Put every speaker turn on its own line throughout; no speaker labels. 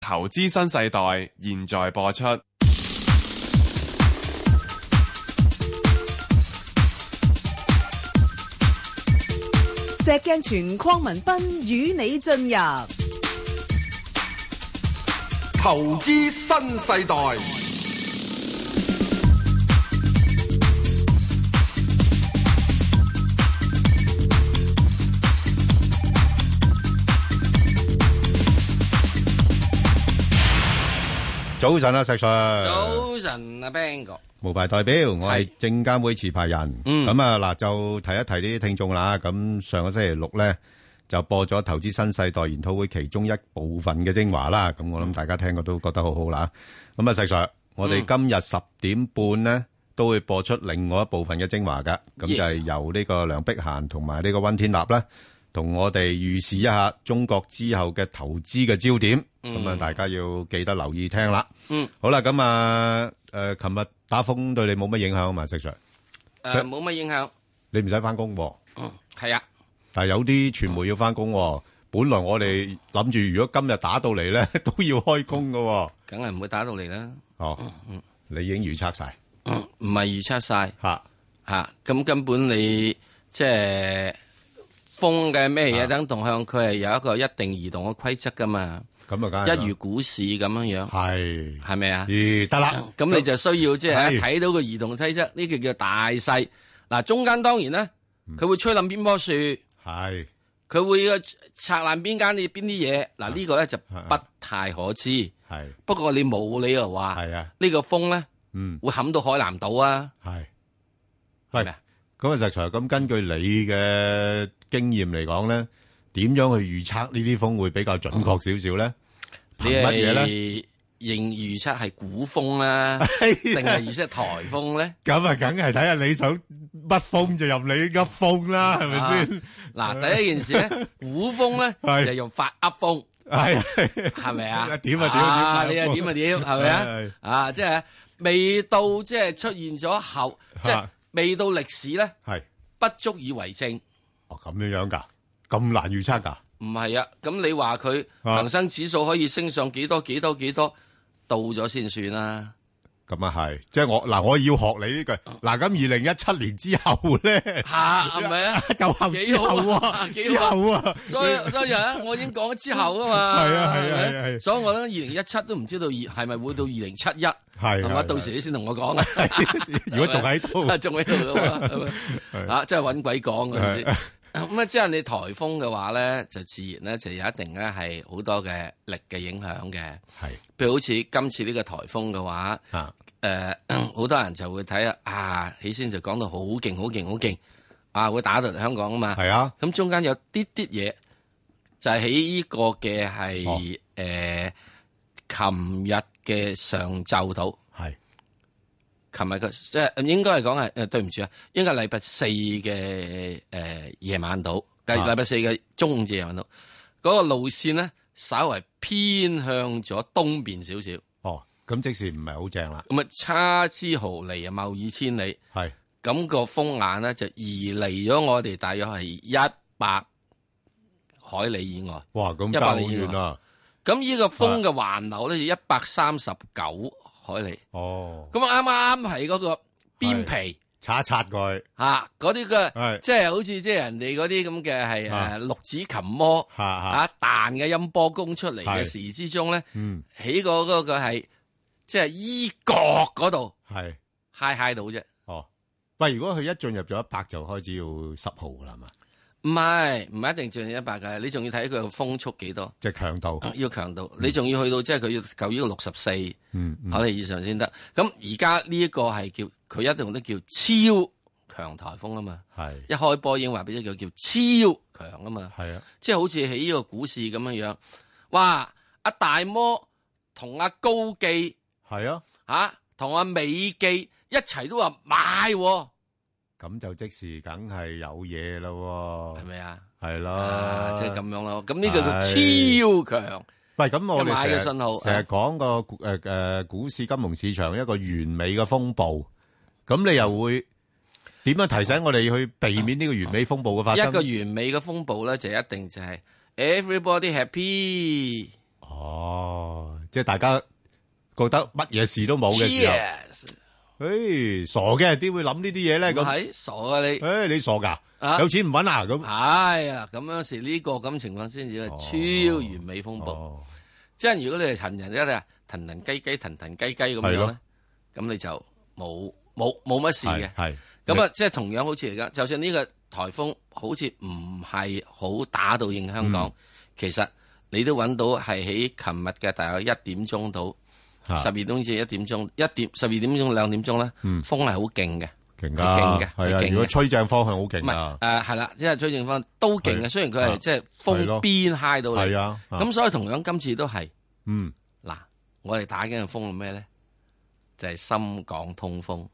投資新世代，現在播出。
石鏡泉鄺民彬與你進入
投資新世代。
早晨啊，石 Sir。
早晨啊，Bang 哥。
無牌代表，我係證監會持牌人。
嗯
咁啊嗱，就提一提啲聽眾啦。咁上個星期六咧就播咗《投資新世代研討會》其中一部分嘅精華啦。咁我諗大家聽過都覺得好好啦。咁啊，石 Sir，我
嗯
哋今日十點半咧都會播出另外一部分嘅精華噶。咁
Yes
就係由呢個梁碧嫻同埋呢個温天立啦，同我哋預示一下中國之後嘅投資嘅焦點。咁啊，大家要記得留意聽啦。
嗯，
好啦，咁啊，誒，琴日打風對你冇乜影響啊嘛，石 Sir，
誒，冇乜影響。
你唔使翻工喎，
嗯，係啊。
但係有啲傳媒要翻工喎。本來我哋諗住如果今日打到嚟咧， 都要開工噶。
梗係唔會打到嚟啦。
哦，你已經預測晒
唔係預測晒
嚇，
吓，咁根本你即係風嘅咩嘢等動向，佢係有一個一定移動嘅規則噶嘛，
咁啊，梗係啦
一如股市咁樣樣，
係，
係咪啊？
咦，得啦，
咁你就需要即係
係
睇到個移動規則，呢個叫大勢。嗱，中間當然咧，佢會吹冧邊棵樹，
係
佢會拆爛邊間邊啲嘢。
啊
嗱，呢個咧就不太可知。
係
不過你冇理由話
係啊，
呢個風咧
嗯
會冚到海南島啊，
係。
係
喂
咪，啊？
咁啊，石 Sir，咁根據你嘅經驗嚟講咧，點樣去預測呢啲風會比較準確少少咧？
你
憑乜 嘢咧？
係認預測係古風 啦，定係預測颱風咧？
咁啊，梗係睇下你想乜風就任你噏風啦，係咪先？
嗱，第一件事咧， 古風
係
咧就用發噏風，
係
係咪啊？
點啊點
啊
啊
你
點
啊
啊
點啊點，係咪 啊
係？
啊，即係未到即係出現咗後，即係
啊
未到歷史咧，
係
不足以為證。
哦，咁樣樣噶，咁難預測噶，
唔係啊，咁你話佢
啊
恒生指數可以升上幾多幾多幾多，到咗先算啦。
咁啊係，即係我嗱，我要學你呢句嗱，咁二零一七年之後咧，
吓，係咪啊？
就後
幾
之
好
後
啊
啊，
幾
之
好啊
後啊，
所以所以啊，我已經講咗之後啊嘛，
係啊係啊
係咪
係啊係啊
所以我諗二零一七都唔知道二係咪會到二零七一，
係
係嘛？
係
到時你先同我講啊，
如果仲喺度，
仲喺度噶嘛係咪，
係
啊真係揾鬼講嗰陣時
係。
咁啊，即係你颱風嘅話咧，就自然咧就有一定咧係好多嘅力嘅影響嘅。
係
譬如好似今次呢個颱風嘅話，
啊，
誒呃好多人就會睇啊，啊起先就講到好勁好勁好勁，啊會打到嚟香港啊嘛。
係啊，
咁中間有啲啲嘢，就係喺呢個嘅
哦
係誒，琴日嘅上晝到，
係
琴日嘅即係呃應該係講係誒，對唔住啊，應該係禮拜四嘅誒夜晚到，係
啊
禮拜四嘅中午至夜晚到，嗰、個路線咧稍為偏向咗東邊少少，
哦，咁即時唔係好正啦，
咁啊差之毫釐啊，謬以千里，
係
咁、個風眼咧就移離咗我哋大約係一百海里以外。
哇，咁
100
爭好
里以外
遠啊，
咁呢個風嘅環流咧就一百三十九海里，
哦，
咁啱啱係嗰個邊皮
擦一擦佢，
嚇嗰啲嘅，
係
即係好似即係人哋嗰啲咁嘅係誒
啊
六指琴魔
嚇嚇，
啊彈嘅音波攻出嚟嘅
係
時之中咧，
嗯，
喺嗰嗰個係即係衣角嗰度
係。
嗨嗨到啫，
哦，喂，如果佢一進入咗一百就開始要十號噶啦嘛，
唔係唔係一定接近一百嘅，你仲要睇佢個風速幾多，
即係強度。
啊要強度，你仲要去到即係佢要夠呢個六十四。
嗯，嗯
考慮以上先得。咁而家呢一個係叫佢一定都叫超強颱風啊嘛，
係
一開波已經話俾你叫叫超強啊嘛，
係啊，
即係好似喺呢個股市咁樣樣。哇！阿大摩同阿高記
係啊，
吓，同、阿美記一齊都話買
哦
喎，
咁就即時梗係有嘢咯喎
係，咪啊？
係
啊，
啦，
即係咁。樣咯。咁呢個
係
叫超強，
喂，咁我
一買
哋成
嘅信號
日成日講個股誒誒股市金融市場一個完美嘅風暴，咁你又會點樣提醒我哋去避免呢個完美風暴嘅發生？
一個完美嘅風暴咧，就一定就係 everybody happy。
哦，即係大家覺得乜嘢事都冇嘅時候，
Cheers，
誒傻嘅點會諗呢啲嘢咧？咁
係傻啊你！
誒你傻㗎？
啊
有錢唔揾啊？咁
哎呀，咁有時呢個咁情況先至係超完美風暴。
哦，
即係如果你係騰人一啊，騰騰雞雞、騰騰雞雞咁樣
係
咧
咯，
咁你就冇冇冇乜事嘅
係。係
咁啊，即係同樣好似嚟噶，就算呢個颱風好似唔係好打到應香
嗯
港，其實你都揾到係喺琴日嘅大約一點鐘到
嚇
十二點至一點鐘，一點十二點鐘兩點鐘咧，
嗯
風係好勁嘅。
勁㗎，
係勁嘅
係
係
啊，
勁嘅
如果吹正方向好
唔
勁
係
啊，
誒係啦，因為崔正芳都勁嘅，
係
雖然佢係
啊
即係
係
風
咯
邊嗨到你
係，啊，啊
咁所以同樣今次都係
嗯
嗱，我哋打緊嘅風係咩咧？就係深港通風，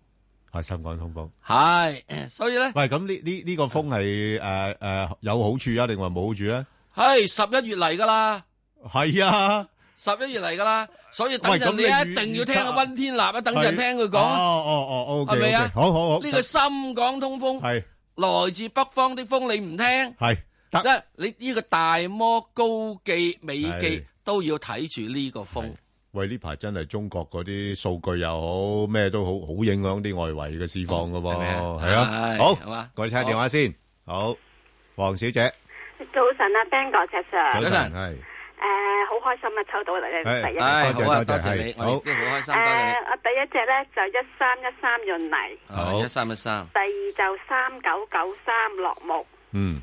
係深港通風。
係，所以咧
喂，咁呢呢呢個風係誒誒有好處啊，定話冇好處咧？
係十一月嚟㗎啦。
係啊，
十一月嚟噶啦，所以等
喂咁
陣你
你
一定要聽阿
預測
温天立啊，等陣
係
聽佢
哦
講
哦哦，OK
係咪啊
OK，好好好，
呢個深港通風
係
來自北方的風，你唔聽，
係
即
得
係你呢個大摩高記美記
係
都要睇住呢個風。
喂，呢排真係中國嗰啲數據又好，咩都好，好影響啲外圍嘅市況噶
係
喎
咪啊，
係啊，
係
好
係嘛，
我哋睇下電話先，好，黃小姐，
早晨啊，Bang 哥，石 Sir，
晨
係，
誒，好開心啊，抽到你哋
係
第一。
唉，好
多謝
啊，多
多謝
謝你，
係
我亦都好開心，多謝
誒，我第一隻咧就一三一三潤泥，
你。
好
一三一三，
第二就三九九三落木，
嗯，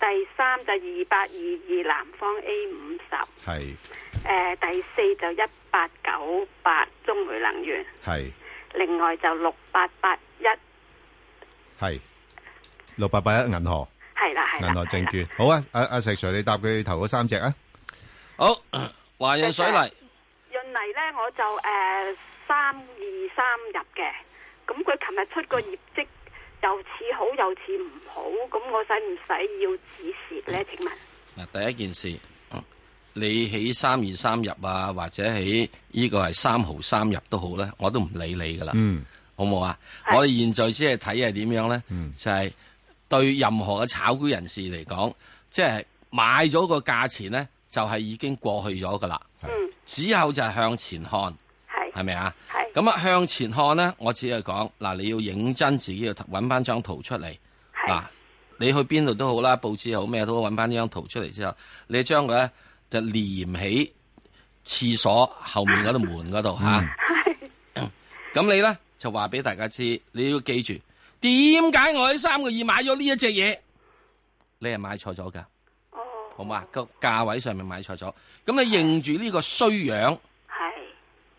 第三就二八二二南方 A 五十，
係
誒，第四就一八九八中煤能源，
係
另外就六八八一，
係，六八八一銀河
係啦係啦。
銀河證券，好啊，阿阿石 Sir 你答佢頭嗰三隻啊，
好，華潤水泥
潤泥咧，我就誒三二三入嘅，咁佢琴日出個業績又似好又似唔好，咁我使唔使要止蝕咧？請問
嗱，第一件事，嗯你起三二三入啊，或者起呢個係三毫三入都好咧，我都唔理你噶啦。
嗯，
好冇啊？
係
我哋現在只係睇係點樣咧？
嗯
就係對任何嘅炒股人士嚟講，即係買咗個價錢咧，就係已經過去咗噶啦。
嗯，
之後就係向前看，係
係
咪啊？
係
咁啊，向前看咧，我只係講嗱，你要認真自己要揾翻張圖出嚟嗱
係，
你去邊度都好啦，報紙好咩都好，揾翻呢張圖出嚟之後，你將佢咧就連起廁所後面嗰度門嗰 度吓。咁你咧就話俾大家知，你要記住點解我喺三個二買咗呢一隻嘢，你係買錯咗㗎，
哦，
好嘛？個價位上面買錯咗，咁你認住呢個衰樣
係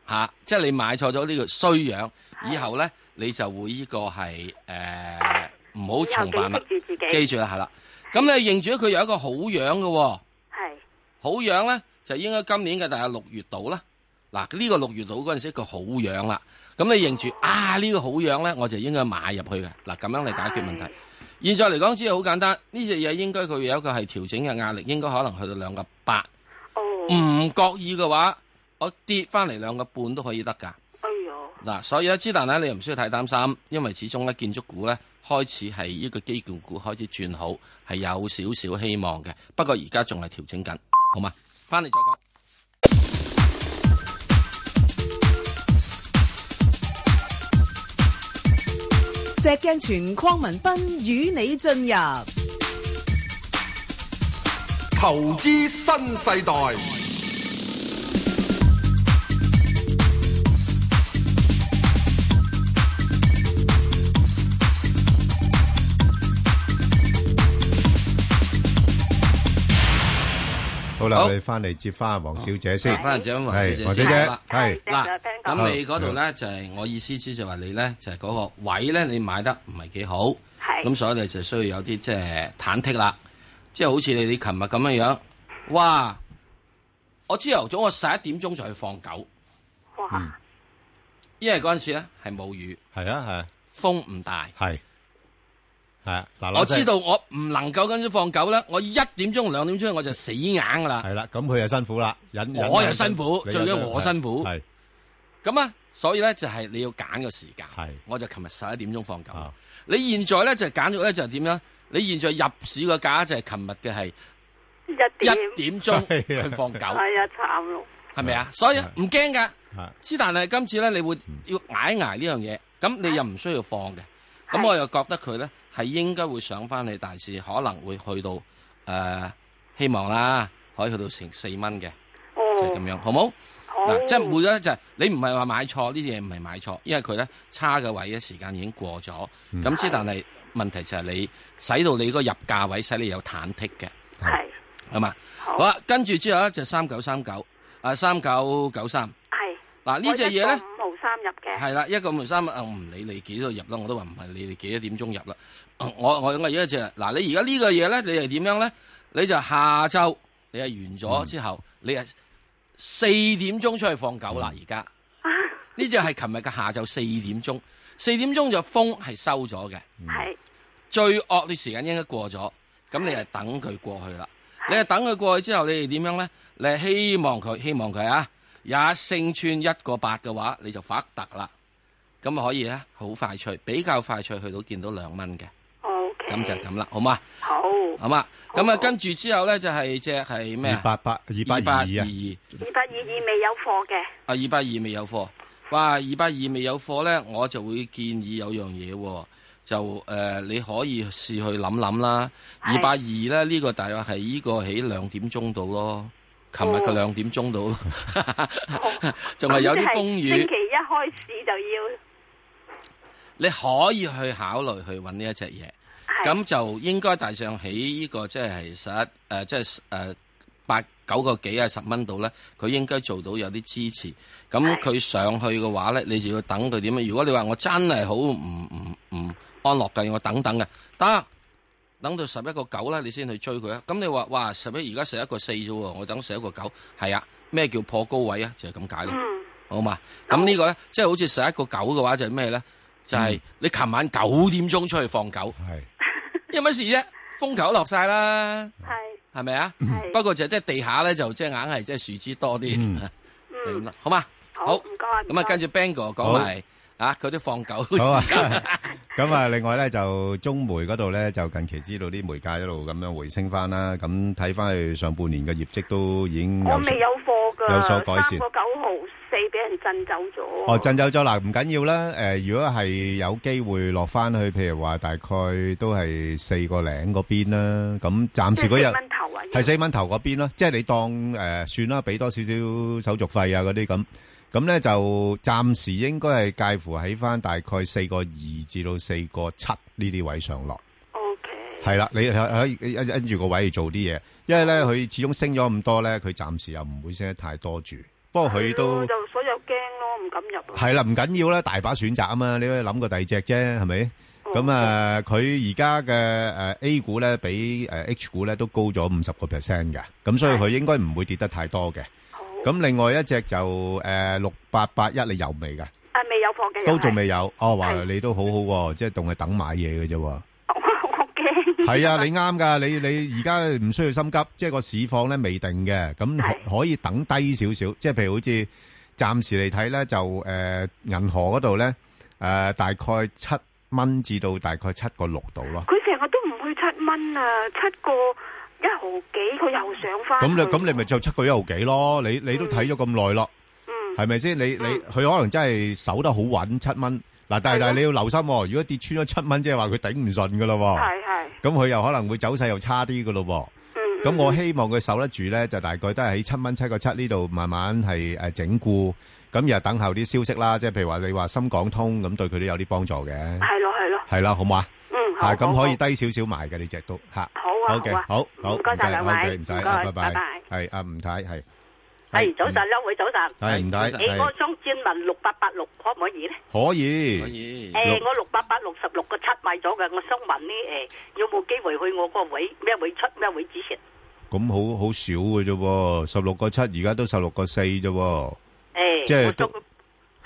吓、啊即係你買錯咗呢個衰樣，以後咧你就會呢個係誒唔好
以後
重犯啦，
記住自己
記住啦係啦。咁你認住佢有一個好樣嘅喎、
係
好樣咧就應該今年嘅大概六月度啦。嗱，呢個六月度嗰陣時佢好樣啦，咁你認住啊呢、個好樣咧，我就應該買入去嘅。嗱，咁樣嚟解決問題。現在嚟講，只係好簡單，呢只嘢應該佢有一個係調整嘅壓力，應該可能去到兩個八。
哦，
唔覺意嘅話，我跌翻嚟兩個半都可以得㗎。
哎呦，
嗱，所以咧，之但咧，你又唔需要太擔心，因為始終咧，建築股咧開始係呢個基建股開始轉好，係有少少希望嘅。不過而家仲係調整緊，好嘛？翻嚟再講。
石鏡泉邝文斌與你進入
投資新世代，
好啦，
好
我哋翻嚟接翻阿黃小姐先，
翻嚟接翻黃小姐
係黃小
先
姐
好啦，
係
石 Sir，
嗱
Ben，哥
咁你嗰度咧就係我意思，之就話你咧就係嗰個位咧，你買得唔係幾好，
係
咁所以你就需要有啲即係忐忑啦。即係好似你你琴日咁樣樣，哇！我朝頭早我十一點鐘就去放狗，
哇，
嗯因為嗰陣時咧係冇雨，
係啊
風唔大。
係係係啊，嗱嗱
我
聲
知道我唔能夠跟住放狗咧，我一點鐘兩點鐘我就死硬噶啦。
系啦，咁佢又辛苦啦，忍
我又辛苦最緊要我辛苦
系
咁啊，所以咧就係你要揀個時間
係。
我就琴日十一點鐘放狗
啊。
你現在咧就揀咗咧就係點樣？你現在入市個價就係琴日嘅係
一點，
啊
一點鐘去放狗。
哎呀慘咯，
係咪啊？所以
係
唔驚㗎。
吓
之但係今次咧，你會
嗯
要捱一捱呢樣嘢，咁你又唔需要放嘅。咁我又覺得佢咧係應該會上翻去大市，可能會去到誒、呃希望啦，可以去到成四蚊嘅，就係咁
哦，
樣，好冇？
好
嗱，即係每個就係你唔係話買錯呢啲嘢，唔係買錯，因為佢咧差嘅位嘅時間已經過咗。
嗯
咁之但係問題就係你使到你個入價位，使你有忐忑嘅，
係
係嘛？好啦，跟住之後咧就三九三九啊，三九九三
係
嗱呢只嘢咧。
五毫三入嘅，
係啦，一個五三啊，我唔理你幾多入啦，我都話唔係你哋幾多點鐘入啦。 我我我而家就係嗱，你而家呢個嘢咧，你係點樣咧？你就下晝你係完咗之後，你係四點鐘出去放狗啦。而家呢只係琴日嘅下晝四點鐘，四點鐘就風係收咗嘅，
係
最惡劣時間應該過咗，咁你係等佢過去啦。你係等佢過去之後，你係點樣咧？你係希望佢，希望佢啊，一升穿一個八嘅話，你就發特啦。咁可以咧，好快脆，比較快脆去到見到兩蚊嘅，
，O K，
咁就係咁啦，好嘛？
好，
好嘛？咁啊，
好
跟住之後咧就係只係咩
二
啊？
八八二八二二啊，
啊，
二百二二未有貨嘅，
啊二八二未有貨，哇！二八二未有貨咧，我就會建議有樣嘢喎，就誒、呃你可以試去諗諗啦。
係
二八二咧呢個大約係呢個喺兩點鐘度咯，琴日嘅兩點鐘度咯， 仲係有啲風
哦咁即係
雨
星期。一開始就要
你可以去考慮去揾呢一隻嘢，
係
咁就應該大上起呢、個即係十一呃誒，即係誒八九個幾啊十蚊度咧，佢應該做到有啲支持。咁
係
佢上去嘅話咧，你就要等佢點樣。如果你話我真係好唔唔唔安樂嘅，我等等嘅，得等到十一個九啦，你先去追佢啊。咁你話哇十一而家十一個四啫喎，我等十一個九，係啊，咩叫破高位啊？就係咁解咯。
嗯
好嘛？咁呢個咧，即係好似十一個九嘅話，就係咩咧？就係、你琴晚九點鐘出去放狗，
系
有乜事啫？風球都落晒啦，
係
係咪啊？
係
不過就即係地下咧，就即係硬係即係樹枝多啲，就咁
嗯嗯
啦，好嘛？
好
好
唔該
咁啊，跟住 Bang 哥講埋啊，佢啲放狗嘅
好啊
時間，。
咁啊，另外咧就中煤嗰度咧，就近期知道啲煤價一路咁樣回升翻啦。咁睇翻佢上半年嘅業績都已經
我
有
未有貨噶，
有所改善
三個九毫四俾人震走咗。
哦，震走咗嗱，唔緊要啦。誒、如果係有機會落翻去，譬如話大概都係四個零嗰邊啦。咁暫時
即係
嗰
四
日
蚊頭啊，
係四蚊頭嗰邊咯，即係你當誒、呃算啦，俾多少少手續費啊嗰啲咁。咁咧就暫時應該係介乎喺翻大概四個二至到四個七呢啲位上落。
O K，
係啦，你可可以跟跟住個位去做啲嘢，因為咧佢始終升咗咁多咧，佢暫時又唔會升得太多住。不過佢都
就所以又驚咯，唔敢入咯。
係啦，唔緊要啦，大把選擇啊嘛，你可以諗過第二隻啫，係咪？咁啊，佢而家嘅誒 A 股咧，比誒 H 股咧都高咗五十個 percent 嘅，咁所以佢應該唔會跌得太多嘅。
好，
咁另外一隻就誒六八八一，你有未㗎？
啊未有貨嘅，
都 仲。未有。哦，話
係
你都好好喎，即係仲係等買嘢嘅啫喎。
我我驚。
係 啊，你啱㗎，你你而家唔需要心急，即係個市況咧未定嘅，咁
係
可可以等低少少，即係譬如好似暫時嚟睇咧，就誒、呃、銀河嗰度咧誒大概七蚊至到大概七個六度咯。
佢成日都唔去七蚊啊，七個一毫幾，佢又上翻。
咁你咁你咪就七個一毫幾咯，你你都睇咗咁耐咯，
嗯
係咪先？你你佢可能真係守得好穩七蚊嗱，但係但係
係咯
你要留心喎，如果跌穿咗七蚊，即係話佢頂唔順㗎咯喎，
係係
咁佢又可能會走勢又差啲㗎咯喎。
嗯。
咁我希望佢守得住咧，就大概都係喺七蚊七個七呢度慢慢係誒整固，咁又等候啲消息啦。即係譬如話你話深港通咁，對佢都有啲幫助嘅，
係咯係咯，
係啦，好嘛？
嗯好。
係咁
好
可以。低少少買嘅呢只都嚇。
好啊
好嘅
好啊，
好好，
唔該晒兩位
OK，唔使，
唔該
拜
拜拜
係啊，吳太係
系早晨，兩位早晨。
係吳太
早晨
誒，我
係
想轉問六八八六可唔可以咧？
可
可
以
以
誒，我六八八六十六個七買咗嘅，我想問呢，誒，有冇機會去我個位咩位出咩位止蝕？
咁好好少嘅啫喎，十六個七而家都十六個四啫喎。
誒，
即係
我想
都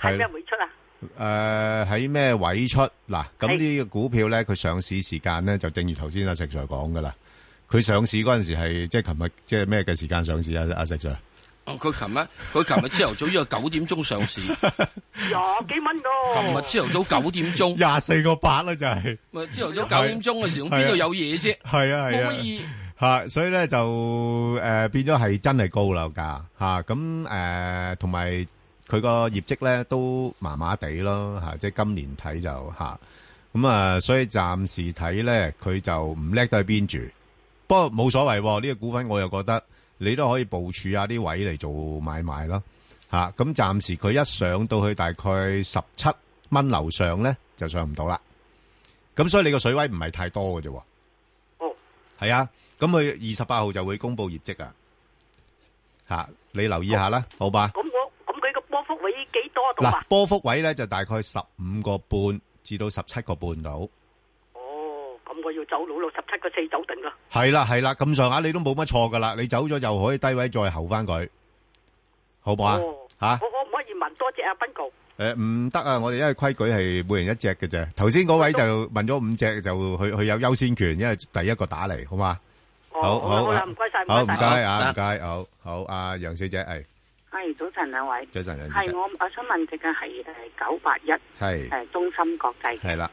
係
係咩位出啊？
诶，呃喺咩位出嗱？咁
係
呢個股票咧，佢上市時間咧就正如頭先阿石 Sir 講噶啦，佢上市嗰阵时系即係琴日即係咩嘅時間上市啊？阿石 Sir
佢琴日佢琴日朝頭早呢個九點鐘上市，琴
廿幾蚊
日
哦
咯。
朝頭早九點 鐘，
廿四个八啦，就係
咪朝頭早九點鐘嘅時候，邊度有嘢啫？
係啊
冇
係啊
乜意，
吓，所以咧就诶变咗係真係高樓價吓，咁诶同埋佢個業績咧都麻麻地咯吓，即係今年睇就吓，咁啊所以暫時睇咧佢就唔叻都去邊住，不過冇所謂喎，呢、個股份我又覺得你都可以部署下啲位嚟做買賣咯吓，咁、暫時佢一上到去大概十七蚊樓上咧就上唔到啦，咁所以你個水位唔係太多嘅啫喎。系啊，咁佢二十八號就會公布業績啊，吓你留意下啦，好吧？
咁我咁佢個波幅位幾多度
嗱
啊，？
波幅位咧就大概十五個半至到十七個半到，
哦，咁我要走佬佬十七個四走定啦。
係啦係啦，咁上下你都冇乜錯噶啦，你走咗就可以低位再候翻佢，好唔好啊？
哦，
吓、
我可唔可以問多隻阿斌哥？
诶唔得啊，我哋因為規矩係每人一隻嘅啫，頭先嗰位就問咗五隻，就佢佢有優先權，因為第一個打嚟，好嘛？
哦
好
啦
好
好啦，
啊
唔該晒，
好
唔
唔
該晒。
該啊，唔該，好好啊，楊小姐，係
系早晨兩位，
早晨，楊小
係
姐，
我我想問只嘅係诶九八一
係
诶中芯國際，
係啦。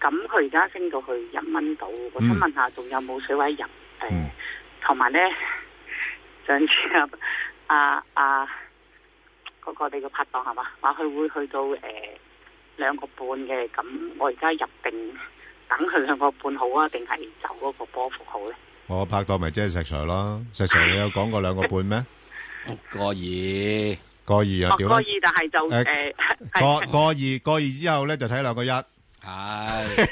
咁佢而家升到去一蚊度，我想問下仲有冇水位入
嗯
诶，同埋咧上次啊啊啊嗰個你個拍檔係嘛，話佢會去到诶两个半嘅，咁我而家入定等佢兩個半好啊，定係走嗰個波幅好咧？
我拍檔咪即係石 Sir 咯，石 Sir 你有講過兩個半咩？
過二。
過二又
哦，
屌
個
啦
二，但係就
啊誒
诶
過過二過二之後咧就睇兩個一，啊
系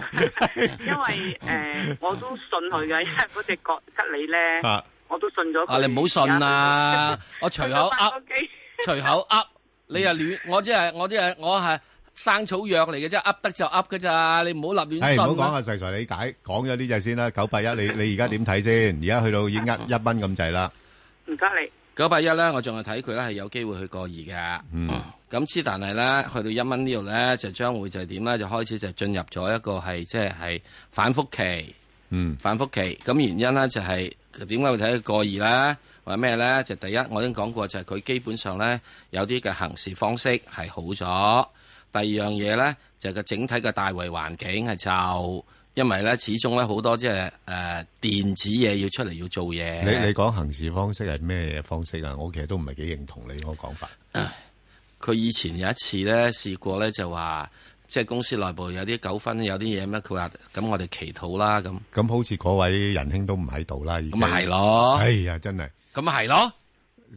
因為誒我都信佢嘅，因為嗰只國吉利咧，
啊
我都信咗佢。
啊，你唔好信啊啦！我隨口噏，隨口噏，你又亂，我即係我即係我係生草藥嚟嘅啫，噏得就噏嘅咋，你唔好立亂
係唔
信
好講
啦。
啊石 Sir 你解講咗呢只先啦，九八一 你你而家點睇先？而家去到已經呃一蚊咁滯啦，
唔該你，
九八一咧，我仲係睇佢咧係有機會去過二嘅。
嗯
咁之但係咧，去到一蚊呢度咧，就將會就係點咧，就開始就進入咗一個係即係係反覆期。
嗯
反覆期。咁原因咧就係點解會睇佢過二咧，或者咩咧？就第一，我已經講過就係佢基本上咧有啲嘅行事方式係好咗。第二樣嘢咧就係個整體嘅大圍環境係就。因為咧，始終咧好多即係誒電子嘢要出嚟要做嘢。
你你講行事方式係咩方式啊？我其實都唔係幾認同你嗰個講法，
佢以前有一次咧試過咧就話，即係公司內部有啲糾紛，有啲嘢咩，佢話咁我哋祈禱啦咁，
咁好似嗰位仁兄都唔喺度啦，已
咁
經
咪係，咯，
哎呀真係，
咁咪係咯。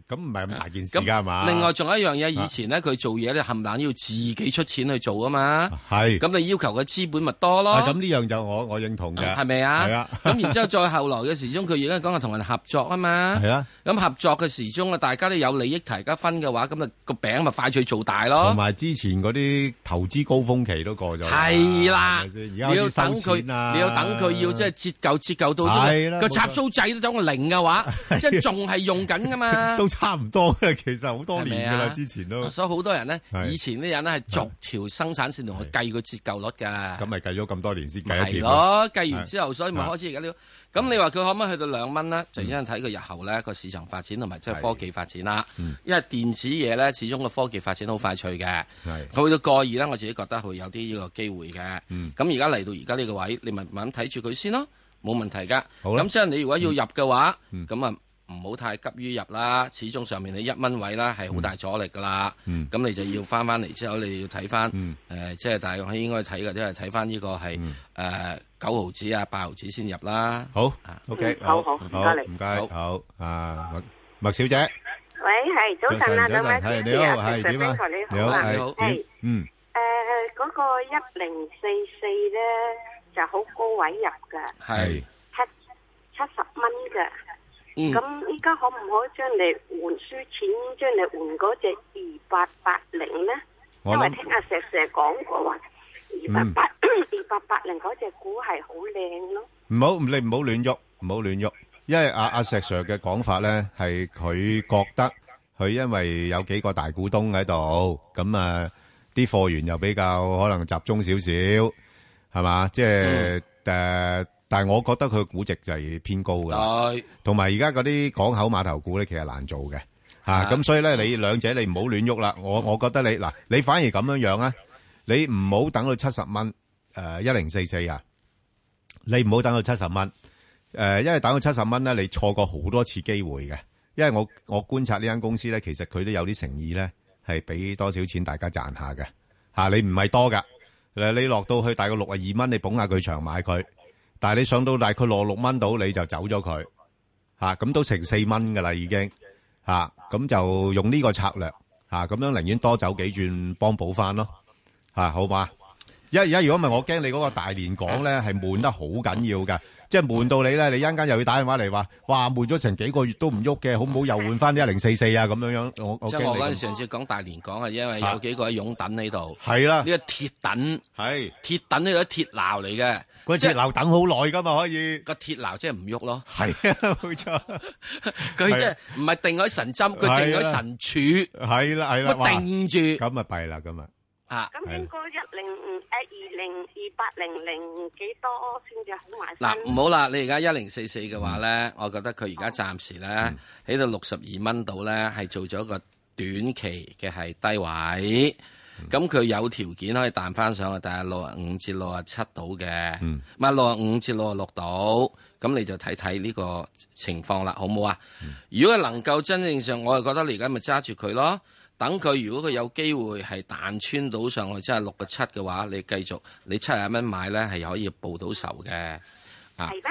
咁唔係咁大件事
咁
㗎係嘛？
另外仲有一樣嘢，
啊
以前咧佢做嘢咧冚冷要自己出錢去做啊嘛，
係
咁你要求嘅資本咪多咯
啊，咁呢樣就我我認同嘅，
係咪啊？
係啊，
咁然之後再後來嘅時鐘，佢而家講係同人合作啊嘛
係，啦。
咁合作嘅時鐘啊，大家都有利益，大家分嘅話，咁啊個餅咪快脆做大咯
同。埋之前嗰啲投資高峰期都過咗，
系啦，你要等佢，
係咪先而家開始收錢啦，
你要等佢要即系折舊折舊到
係啦
個
冇錯啊
插蘇仔都走個零嘅 話，即係仲係用緊噶嘛。
都差唔多啦， 其實好多年噶
係咪
啦，
啊
之前都
所以好多人咧
係，
以前啲人咧係逐條生產線同佢計個折舊率㗎。
咁咪計咗咁多年先計
係
一掂咯，
咯，計完之後，所以咪開始而家呢個。咁你話佢可唔可以去到兩蚊咧？就因為睇佢日後咧個市場發展同埋即係
係
科技發展啦。因為電子嘢咧，始終個科技發展好快脆嘅。
係
佢去到過二咧，我自己覺得佢有啲呢個機會嘅。
嗯
咁而家嚟到而家呢個位，你咪慢慢睇住佢先咯，冇問題噶。
好啊嗯啦
咁即係你如果要入嘅話，咁啊唔好太急於入啦。始終上面你一蚊位啦，係好大阻力噶啦。
嗯
咁你就要翻翻嚟之後，你要睇翻
嗯
誒，即係大概應該睇嘅，即係睇翻呢個係誒九毫子啊、八毫子先入啦。
好
啊
，OK，
嗯好好唔該你
唔該，
好
好啊，麥麥小姐，
喂，係早晨啊，
早晨
兩位
係
主
你
持
好
啊，
係
石 Sir，
點啊
Ben 哥你
你
好
好
啊，
你
係
好
係
嗯，
À,
誒嗰個一零四四咧就好高位入㗎，
係，
七七十蚊㗎。
嗯，
咁依家可唔可以將嚟換輸錢，將嚟換嗰只二八八零咧？
我
因為
諗
聽阿石 Sir 講過話，二八八 二八八零嗰只股係好靚咯。
唔好，你唔好亂喐，唔好亂喐，因為阿阿石 Sir 嘅講法咧係佢覺得佢因為有幾個大股東喺度，咁啊啲貨源又比較可能集中少少，係嘛？即係誒、但係我覺得佢估值就係偏高㗎啦。
對，
同埋而家嗰啲港口碼頭股咧，其實難做嘅嚇。
啊
咁、所以咧，你兩者你唔好亂喐啦。我我覺得你嗱，你反而咁樣樣啊，你唔呃好等到七十蚊，誒一零四四啊，你唔好等到七十蚊。誒、诶，因為打到七十蚊咧，你錯過好多次機會嘅。因為我我觀察呢間公司咧，其實佢都有啲誠意咧，係俾多少錢大家賺下嘅吓、你唔係多噶，誒你落到去大概六啊二蚊，你捧下佢場買佢，但係你上到大概落六蚊到，你就走咗佢吓，咁、都成四蚊噶啦已經吓，咁、就用呢個策略吓，咁、樣寧願多走幾轉幫補翻咯吓、好嘛？因為而家如果唔係，我驚你嗰個大連港咧係悶得好緊要㗎，即係悶到你咧，你一間又要打電話嚟話，哇悶咗成幾個月都唔喐嘅，好唔好又換翻啲一零四四啊咁樣樣？我我
即
驚
係我嗰陣
你咁
上次講大連港係因為
啊
有幾個喺擁趸喺度，
係啦
呢，個鐵趸，
係 Dạ。
鐵趸呢個鐵鬧嚟嘅，
嗰隻樓等好耐㗎嘛，可 以
個鐵鬧即係唔喐咯，
係啊，冇錯，
佢即係唔係定喺神針，佢定
係啊
喺神柱，
係啦係啦，哇
我定住
咁啊弊啦咁啊，
啊！
咁應該一零
ừ,
五誒二零二八零零幾多先至好埋
嗱，
身？
唔好啦，你而家一零四四嘅話咧，我覺得佢而家暫時咧喺度六十二蚊度咧，係做咗一個短期嘅係低位。咁佢有條件可以彈翻上去，但係六啊五至六啊七度嘅，
嗯
唔係六啊五至六啊六度。咁你就睇睇呢個情況啦，好唔好啊？如果能夠真正上，我就覺得你而家咪揸住佢咯。等佢如果佢有機會係彈穿到上去，即係六個七嘅話，你繼續你七廿蚊買咧係可以報到仇嘅。
係咩？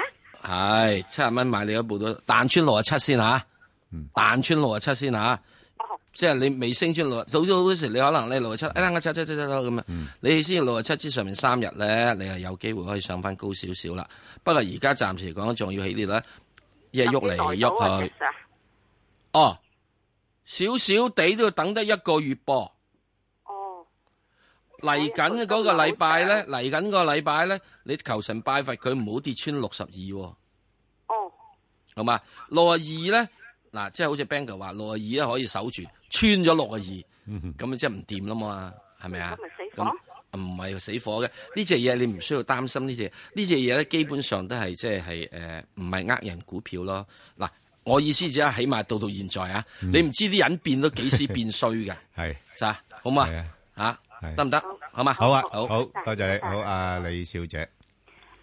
系七十蚊買你一部都彈穿六十七先吓，彈穿六十七先吓，
哦，
即係你未升穿六，早早嗰時你可能你六十七，哎呀我七七七七咁樣，你先六十七之上面三日咧，你係有機會可以上翻高少少啦。不過而家暫時嚟講，仲要起跌啦，一係喐嚟
啊
喐去，
去。
哦，少少地都要等得一個月噃。
哦，
嚟緊嗰個禮拜咧，嚟緊個禮拜咧，你求神拜佛佢唔好跌穿六十二喎。
哦，
好嘛？六啊二咧，嗱，即係好似 Bang 哥話，六啊二咧可以守住，穿咗六啊二，
嗯
咁你即係唔掂啦嘛，係咪啊
咁咪死？火
咁唔係死火嘅，呢只嘢你唔需要擔心呢只，呢只嘢咧基本上都係即係係誒，唔係呃人股票咯。嗱，我意思只係起碼到到現在啊，
嗯
你唔知啲人變到幾時變衰 嘅，
係
咋好嘛
係啊？
嚇
係
得唔得？好嘛？
好啊，
好
好多謝你，好啊李小姐，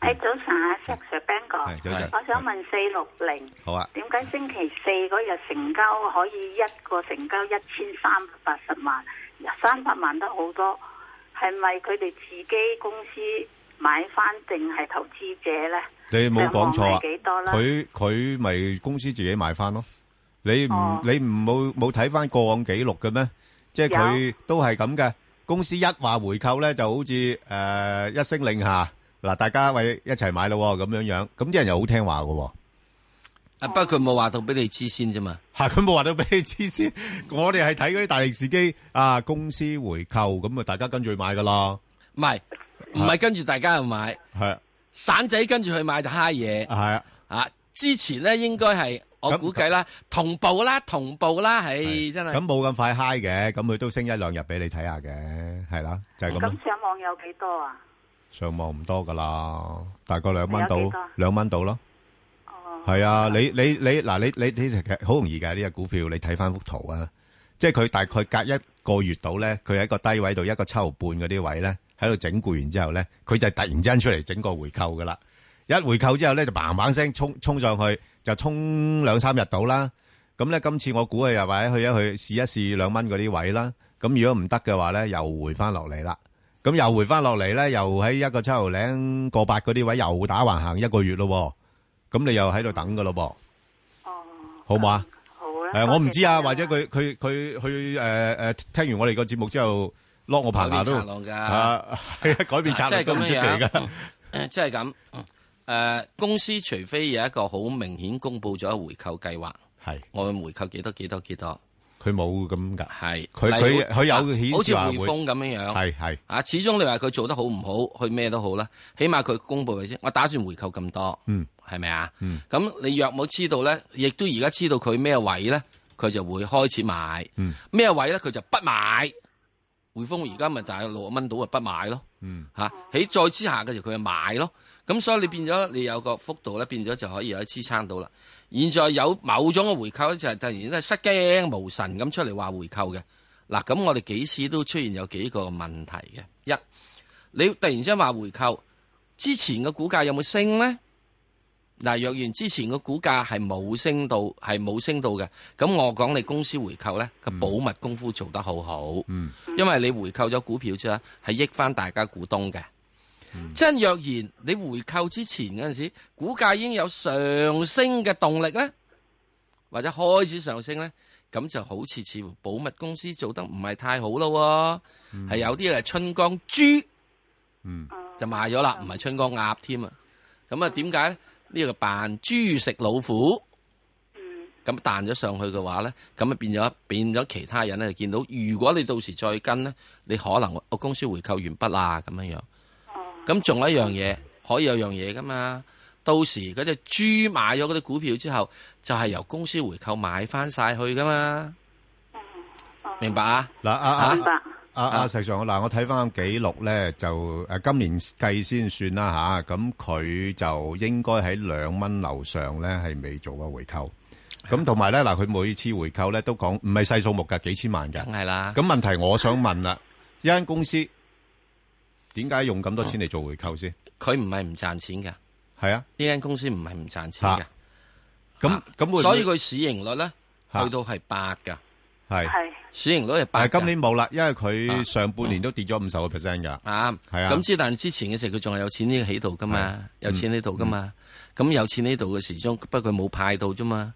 誒早晨啊石
嗯
Sir Ben 哥，
係早晨
我想問四六零
好啊，
點解星期四嗰日成交可以一個成交一千三百八十萬，三百萬都好多，係咪佢哋自己公司買翻定係投資者呢？
你冇講錯啊
上網係幾多，啦
佢佢咪公司自己買翻咯，你唔
哦
你唔冇冇睇翻過往記錄嘅咩？即係佢都係咁嘅，公司一話回購咧就好似誒一聲令下，嗱大家喂一齊買咯咁樣樣，咁啲人又好聽話嘅喎。
啊，不過佢冇話到俾你知先啫 嘛。
吓佢冇話到俾你知先，我哋係睇嗰啲大力士機啊，公司回購咁啊，大家跟住去買噶啦，
唔係唔係跟住大家去買，
係啊
散仔跟住去買就蝦嘢。
係啊，
啊，之前咧應該係我
咁
估計啦，同步啦，同步啦，唉，真
咁
係
冇咁快 high 嘅，咁佢都升一兩日俾你睇下嘅，係啦，就係咁咯
咁上網有幾多啊？
上網唔多噶啦，大概兩蚊到
有啊幾多，
兩蚊到咯，
哦，
係啊，你你你嗱，你你你其實好容易嘅呢只股票，你睇翻幅圖啊，即係佢大概隔一個月到咧，佢喺一個低位度一個七毫半嗰啲位咧，喺度整固完之後咧，佢就突然之間出嚟整個回購噶啦。一回購之後咧，就砰砰聲衝衝上去，就衝兩三日到啦。咁咧，今次我估佢又或者去一去試一試兩蚊嗰啲位啦。咁如果唔得嘅話咧，又回翻落嚟啦。咁又回翻落嚟咧，又喺一個七毫零個八嗰啲位又打橫行一個月咯喎。咁你又喺度等噶咯噃，
哦，
好唔好啊？
好啦。
誒，我唔知啊，
多
或
謝
者
晒
佢佢佢佢誒誒聽完我哋個節目之後，攞我棚牙都
改變策略㗎
啊，係啊改變策略
即
都
係
唔出
咁
奇
樣
㗎。
樣嗯，即係咁。誒，公司除非有一個好明顯公佈咗回購計劃，
係
我會回購幾多幾多幾多，
佢冇咁㗎，
係
佢
例如啊
佢佢有
好
顯示
似
話會
匯豐咁樣樣。
係係
啊，始終你話佢做得好唔好，去咩都好啦，起碼佢公佈嘅先。我打算回購咁多，
嗯，
係咪啊？
嗯，
咁你若冇知道咧，亦都而家知道佢咩位咧，佢就會開始買。
嗯，
咩位咧，佢就不買。匯豐而家咪就係六蚊到啊，不買咯。
嗯
嚇喺再之下嘅時候，佢就買咯。咁所以你變咗你有個幅度咧，變咗就可以有得支撐到啦。現在有某種嘅回購咧，就係突然間失驚無神咁出嚟話回購嘅。嗱，咁我哋幾次都出現有幾個問題嘅。一，你突然之間話回購，之前嘅股價有冇升咧？嗱，若然之前個股價係冇升到，係冇升到嘅，咁我講你公司回購咧個保密功夫做得好好，
嗯
因為你回購咗股票之後係益翻大家股東嘅。真若然你回購之前嗰陣時，股價已經有上升嘅動力咧，或者開始上升咧，咁就好似似乎保密公司做得唔係太好咯喎，係、有啲係春江豬。就賣咗啦，唔係春江鴨添啊！咁啊，點解咧？呢、個扮豬食老虎，咁彈咗上去嘅話咧，咁啊變咗變咗其他人咧就見到，如果你到時再跟咧，你可能我公司回購完畢啦咁樣樣。咁仲有一樣嘢，可以有樣嘢噶嘛？到時嗰只豬買咗嗰啲股票之後，就係、由公司回購買翻晒去噶嘛？明白啊？
嗱，阿阿
明白。
阿阿石 Sir，嗱，我睇翻記錄咧，就誒今年計先算啦吓，咁佢就應該喺兩蚊樓上咧係未做過回購。咁同埋咧，嗱，佢每次回購咧都講唔係細數目㗎，幾千萬㗎。
梗係啦。
咁問題我想問啦，一間公司點解用咁多錢嚟做回購先？
佢唔係唔賺錢㗎，呢
係啊，
間公司唔係唔賺錢㗎。
啊咁咁會唔
所以
會
佢市盈率咧
嚇
去到係八噶，
係
系
市盈率係八㗎。
但係今年冇啦，因為佢
啊
上半年都跌咗五十個 percent 㗎。
啱，
係啊
咁之但之前嘅時候佢仲係有錢呢喺度噶嘛，有錢喺度噶
嗯
嘛，咁有錢喺度嘅時鐘，不過佢冇派到啫嘛，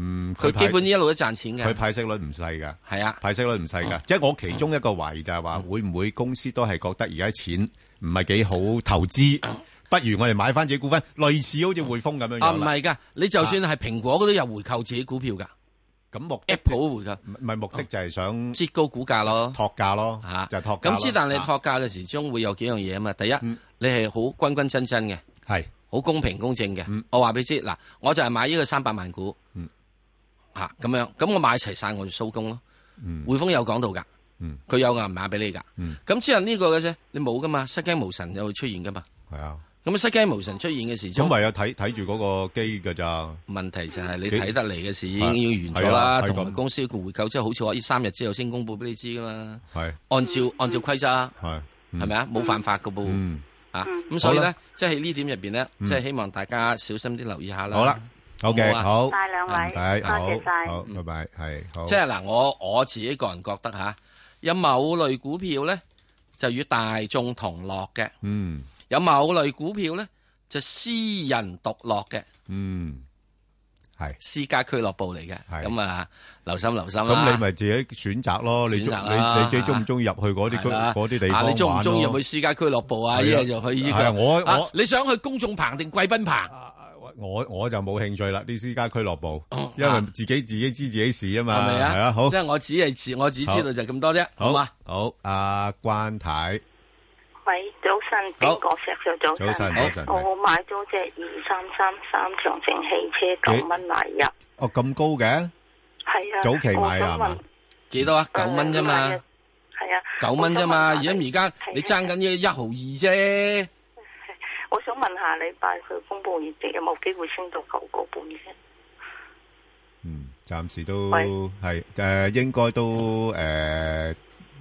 嗯，佢
佢
派
基本一路都賺錢
佢
嘅，
派息率唔細㗎。
係啊，
派息率唔細㗎，即係我其中一個懷疑就係話，會唔會公司都係覺得而家錢唔係幾好投資，不如我哋買翻自己股份，類似好似匯豐咁樣
啊
樣
唔
啦。啊
係㗎，你就算係蘋果嗰都有回購自己股票㗎
咁目的就
，Apple 回購，
唔係目的就係想
折高股價咯。
托價咯
吓，，
就係托價咯。
咁之但你
啊
托價嘅時鐘會有幾樣嘢啊嘛，第一
嗯
你係好均均真真嘅。
係
好公平公正嘅。
嗯
我話俾你知，嗱，我就係買呢個三百萬股，
嗯
吓咁、樣，咁我買齊晒我就收工咯。
嗯
匯豐有講到噶，佢、
嗯
有銀碼俾你噶。
嗯
咁之後呢個嘅啫，你冇噶嘛，失驚無神就會出現噶嘛。
係啊，
咁失驚無神出現嘅時
咁
鐘，
唯有睇睇住嗰個機㗎咋。
問題就係你
幾
睇得嚟嘅事已經
係
要完咗啦，
係啊係咁
同埋公司嘅回購之後，好似我呢三日之後先公佈俾你知噶嘛。
係
按照按照規則，係
係
咪？啊？冇犯法噶噃。
嗯
啊，咁所以
好
咧
啦，
即係呢點入邊咧，即係希望大家小心啲留意下
嗯，
啦。
好啦，OK，
好啊
好，
晒兩位
唔使，
多謝晒
好，好拜拜，係好，
即係嗱，我我自己個人覺得吓，有某類股票咧就與大眾同樂嘅，
嗯
有某類股票咧就私人獨樂嘅，
嗯係。
私家俱樂部嚟嘅。
係
咁啊，留心留心啦。
咁你咪自己選擇咯，你中
選擇
你
啦
你自己中唔中意入去嗰啲
係啦
嗰啲地方
啊，你中唔中意
玩咯
去私家俱樂部啊？
係啊
一係就去呢
係啊
個。
我
啊
我
你想去公眾棚定貴賓棚？
啊我我就冇興趣啦，啲私家俱樂部
嗯，
因為
啊
自己自己知自己事
係
啊嘛，
咪啊？
係啊，好
即，係我只係知我只知道就咁多啫，好嘛
好？，好，阿關太，
喂，早晨，
好
邊個石 Sir 早晨？
早晨，
好
早晨，係
我買咗隻二三三三長城汽車
幾
九蚊買入，
哦咁高嘅，
係啊，
早期買啊係
我想
嘛
問，
幾多啊？九蚊啫嘛，
係啊，
九蚊啫嘛。
我想
而家
問
而家你爭緊呢一毫二啫。
我想問下禮拜佢公布業績有冇機會升到九個半先？
嗯，暫時都
喂
係誒，應該都誒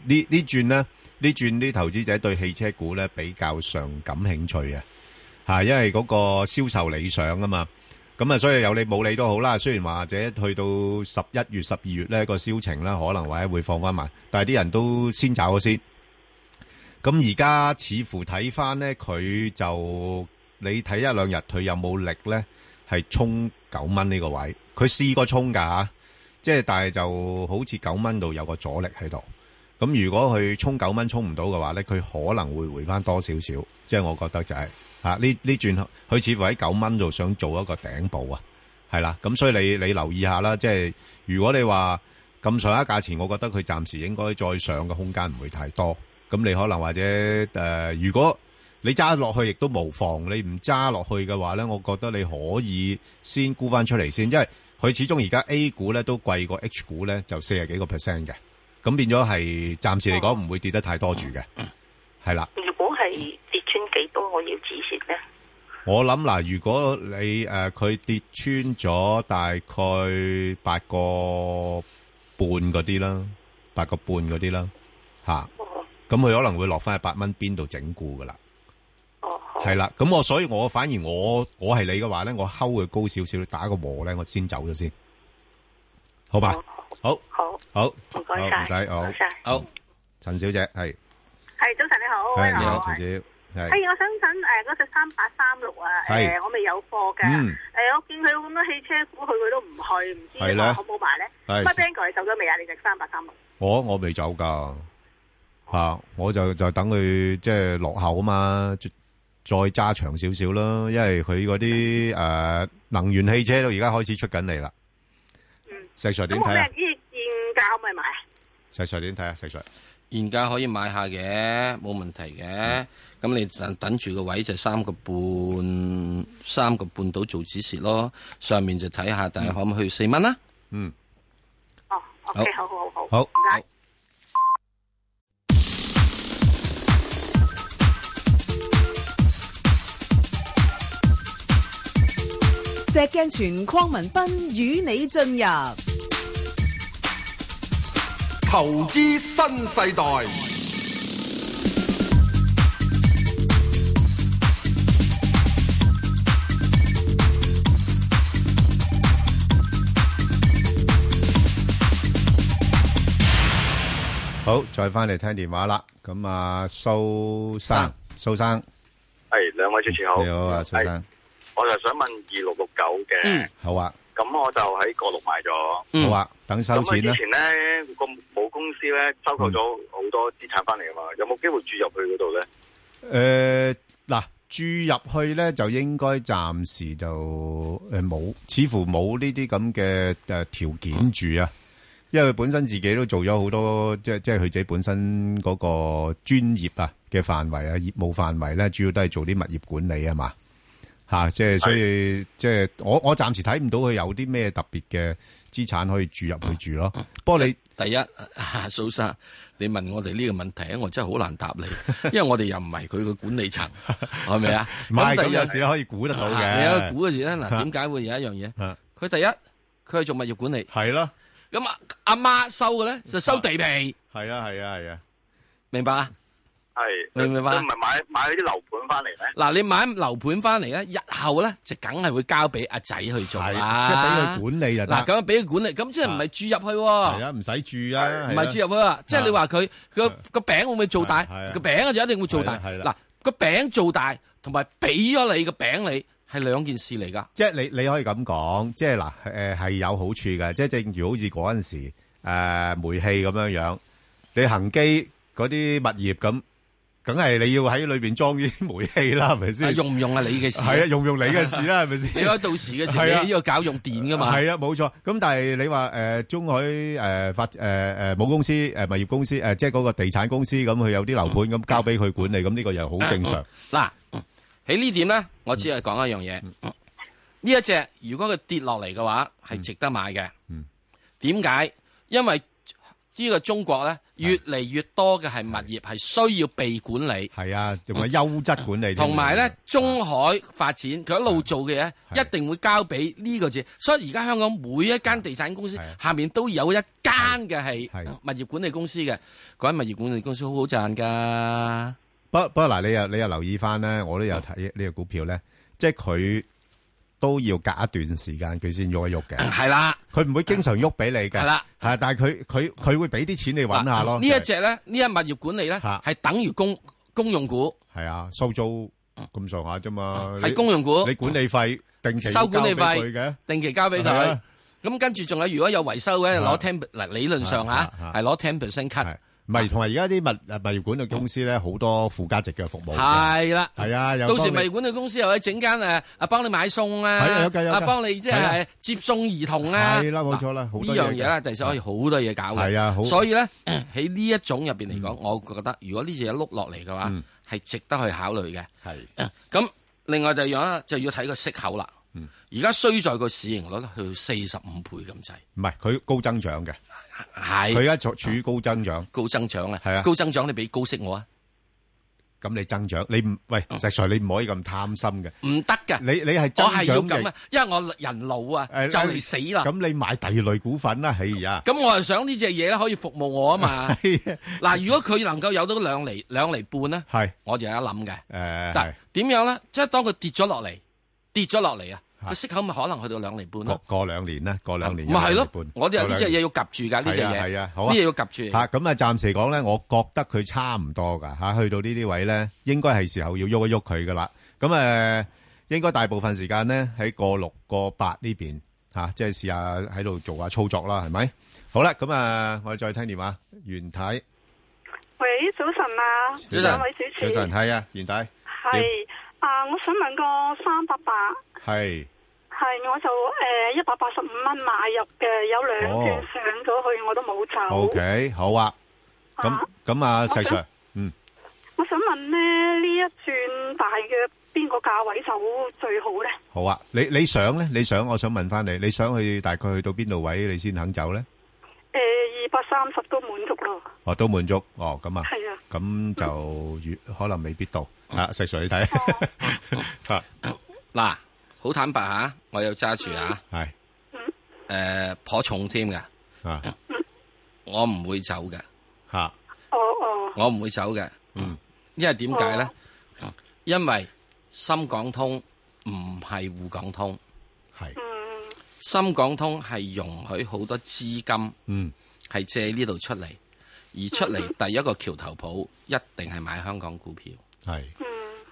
呢呢轉咧，呢轉啲投資者對汽車股咧比較上感興趣啊，嚇，因為嗰個銷售理想啊嘛，咁啊，所以有你冇你都好啦。雖然話或者去到十一月、十二月咧個銷情咧可能或者會放翻埋，但係啲人都先走咗先。咁而家似乎睇翻咧，佢就你睇一兩日佢有冇力咧？係衝九蚊呢個位，佢試過衝㗎嚇，即係但係就好似九蚊度有個阻力喺度。咁如果佢衝九蚊衝唔到嘅話咧，佢可能會回翻多少少，即係我覺得就係、啊呢呢轉佢似乎喺九蚊度想做一個頂部啊，係啦。咁所以你你留意下啦，即係如果你話咁上下價錢，我覺得佢暫時應該再上嘅空間唔會太多。咁你可能或者誒、呃如果你揸落去亦都無妨，你唔揸落去嘅話咧，我覺得你可以先沽翻出嚟先，因為佢始終而家 A 股咧都貴過 H 股咧，就四十幾個 percent 嘅，咁變咗係暫時嚟講唔會跌得太多住嘅，係啦。
如果係跌穿幾多，我要止蝕咧？
我諗嗱，如果你誒佢、跌穿咗大概八個半嗰啲啦，八個半嗰啲啦，吓、
哦
咁佢可能會落翻喺八蚊邊度整固噶啦，
哦，個。
系啦，咁我所以我反而我我係你嘅話咧，我睺佢高少少，打個和咧，我先走咗先，好吧？好，
好，
好，
唔該晒，
好唔使好
唔該晒。
好，
陳小姐係，
係早晨你好，
係
你
你好，
好。
陳小姐係，
係，我想問誒嗰只三八三六啊，
係
誒我未有貨嘅，誒
嗯
我見佢咁多汽車股，佢佢都唔去，唔知
係咧
好冇買咧？
係
乜 Bang 哥你走咗未啊？你隻三八三六
我我未走㗎，啊，我就就等佢即係落後啊嘛，再再揸長少少啦，因為佢嗰啲
嗯
诶能源汽車都而家開始出緊嚟啦。石 Sir 點
咁我
睇
咩
啊？
依現價可唔可以買啊？
石 Sir 點睇啊？石 Sir
現價可以買下嘅，冇問題嘅。咁你等等住個位就三個半，三個半到做指示咯。上面就睇下，但係可唔可
嗯
以去四蚊啦？
哦，OK，好好好，
好
唔該。
石鏡泉邝文斌與你進入
投資新世代，
好，再翻嚟聽電話啦。咁啊，蘇生，蘇生
系兩位主持好，
你好啊，蘇
係
生，
我就想問二六六九嘅
嗯，
好啊，
咁、我就喺國六買咗。
好啊，等
咁
收
佢
錢啦
之。前咧個母公司咧收購
嗯
咗好多資產翻嚟噶嘛，有冇機會注入去嗰度咧？
诶，呃嗱，注入去咧就應該暫時就诶冇，似乎冇呢啲咁嘅诶条件住啊。因為佢本身自己都做咗好多，即係即係佢自己本身嗰個專業啊嘅範圍啊，業務範圍咧，主要都係做啲物業管理啊嘛。吓、即係所以即係我我暫時睇唔到佢有啲咩特別嘅資產可以注入去住咯。
嗯
不過你
第一， 蘇生，你問我哋呢個問題我真係好難答 你，因為我哋又唔係佢個管理層，係咪 啊？
唔係
第
咁
二
有時咧可以估得到
啊你有
嘅，
估嘅時咧， 嗱，點解會有一樣嘢？
啊
佢第一，佢係做物業管理，
係咯，
咁啊阿媽收嘅咧就收地皮，
係啊，係啊，係啊。
明白啊？
係
明唔明白啊
佢唔係買買咗啲樓盤翻嚟咧？
嗱，你買樓盤翻嚟咧，日後咧就梗係會交俾阿仔去做
係，
啦，
即係俾佢管理就得。
嗱，咁樣俾佢管理，咁即係唔係注入去喎？
係啊，唔使住啊，
唔
係啊。啊
係注入去啊！即係你話佢個個餅會唔會做大？
係啊
個餅就一定會做大。
係啦係啦
嗱，個餅做大同埋俾咗你個餅你係兩件事嚟㗎。
即係你-你可以咁講，即係嗱，誒，係有好處嘅，即係正如好似嗰陣時，誒，煤氣咁樣樣，你恆基嗰啲物業咁，梗係你要喺裏邊裝呢啲煤氣啦，係咪先？
啊用唔用係你嘅事。
係啊，用唔用你嘅事啦，係咪先？
你喺到時嘅時
係啊
候，你要搞 用電㗎嘛？
係啊，冇錯。咁但係你話，誒，中海，誒，發-誒，誒，母公司，誒，物業公司，誒，即係嗰個地產公司，咁佢有啲樓盤，咁交俾佢管理，咁呢個又好正常。
嗱，喺呢點咧，我只係講一樣
嗯
嘢。呢一隻如果佢跌落嚟嘅話，係值得買嘅
嗯。
點解？因為呢個中國咧，越嚟越多嘅係物業係需要被管理，
係啊，仲有優質管理添。
同埋咧中海發展佢一路做嘅嘢，
係
一定會交俾呢個字。所以而家香港每一間地產公司
係
下面都有一間嘅係
係
物業管理公司嘅，嗰間物業管理公司好好賺 㗎。
不不過嗱，你又你又留意翻咧，我都有睇呢個股票咧，即係佢都要隔一段時間佢先喐一喐 嘅，
係啦。
佢唔會經常喐俾你嘅。
係啦，
係但係佢佢佢會俾啲錢你揾下咯。
嗱呢一隻咧，呢一物業管理咧，
嚇
係等於公公用股，
係啊，收租咁上下啫嘛。
係
你
公用股
你管理費定期要
收管理
交俾佢嘅
費，定期交俾
係
佢
啊。
咁跟住仲有，如果有維修嘅，
嚇
攞 ten 嗱理論上嚇
嚇嚇
係攞 ten percent cut，
係唔係？同埋而家啲物物業管理公司咧，好多附加值嘅服務嘅。
係啦。
係啊，有
到時物
幫你
業管理公司又可以整間誒啊幫你買餸
係啊
啊
有㗎有，㗎
啊幫你即
係
係接送兒童啊，
係啦冇錯啦
嗱
好
呢
多嘢
樣
㗎
嘢咧，第時可以好多嘢搞嘅。
係啊好
所以咧 喺呢一種入邊嚟講，我覺得如果呢隻嘢碌落嚟嘅話，係值得去考慮嘅。
係
啊咁另外就樣啦，就要睇個息口啦。
嗯
而家衰在個市盈率咧去到四十五倍咁滯，
唔係佢高增長嘅？佢
係
而家處處於高增長。
高增長啊！
係啊
高增長你俾高息我啊，
咁你增長，你唔喂石 Sir，你唔可以咁貪心嘅，
唔得嘅。
你你係
我係
增
要咁
長型
啊，因為我人老啊，
誒
就嚟死啦。
咁你買第二類股份啦，哎呀，
咁我係想呢只嘢咧可以服務我啊嘛。嗱，如果佢能夠有到兩厘兩厘半咧，
係
我就有一諗嘅。
誒
但係
係
點樣咧？即係當佢跌咗落嚟，跌咗落嚟啊，個息口咪可能去到兩厘半
過
咯。
過兩年啦，過兩年
咪係
有兩
咯
年半，
我哋有呢隻嘢要夾住㗎，呢隻
係啊，
嘢
係啊，好啊。
呢嘢要夾住。
嚇，咁啊，暫時講呢，我覺得佢差唔多㗎，嚇，去到呢啲位呢，應該係時候要喐一喐佢㗎啦。咁，誒，應該大部分時間呢，喺個六個八呢邊，嚇，即係試下喺度做下操作啦，啦，係咪？好啦，咁啊，我哋再聽電話，袁太。
喂，早晨啊，
早晨
兩位主持，
早晨，係啊，袁太，
係啊，我想問個三百八，係我就誒一百八十五蚊買入嘅，有兩
哦
轉上咗去，我都冇走。
係，OK，好啊。咁-咁啊，石
我想-
Sir，嗯，
我想問咧，呢一轉大嘅邊個價位走最好咧？
好啊，你你想咧？你想，我想問翻你，你想去大概去到邊度位你先肯走咧？
誒二百三十都滿足咯，
哦，都滿足，哦，咁啊，
係啊，
咁就越可能未必到啊，石 Sir 你睇， 嚇
嗱，好坦白吓，我有揸住啊，
係
誒頗重添㗎，
啊
我唔會走嘅，
嚇，
哦哦，
我唔會走嘅，
嗯，
因為點解咧？因為深港通唔係滬港通，
係
深港通係容許好多資金
嗯
係借呢度出嚟，而出嚟第一個橋頭鋪一定係買香港股票。
係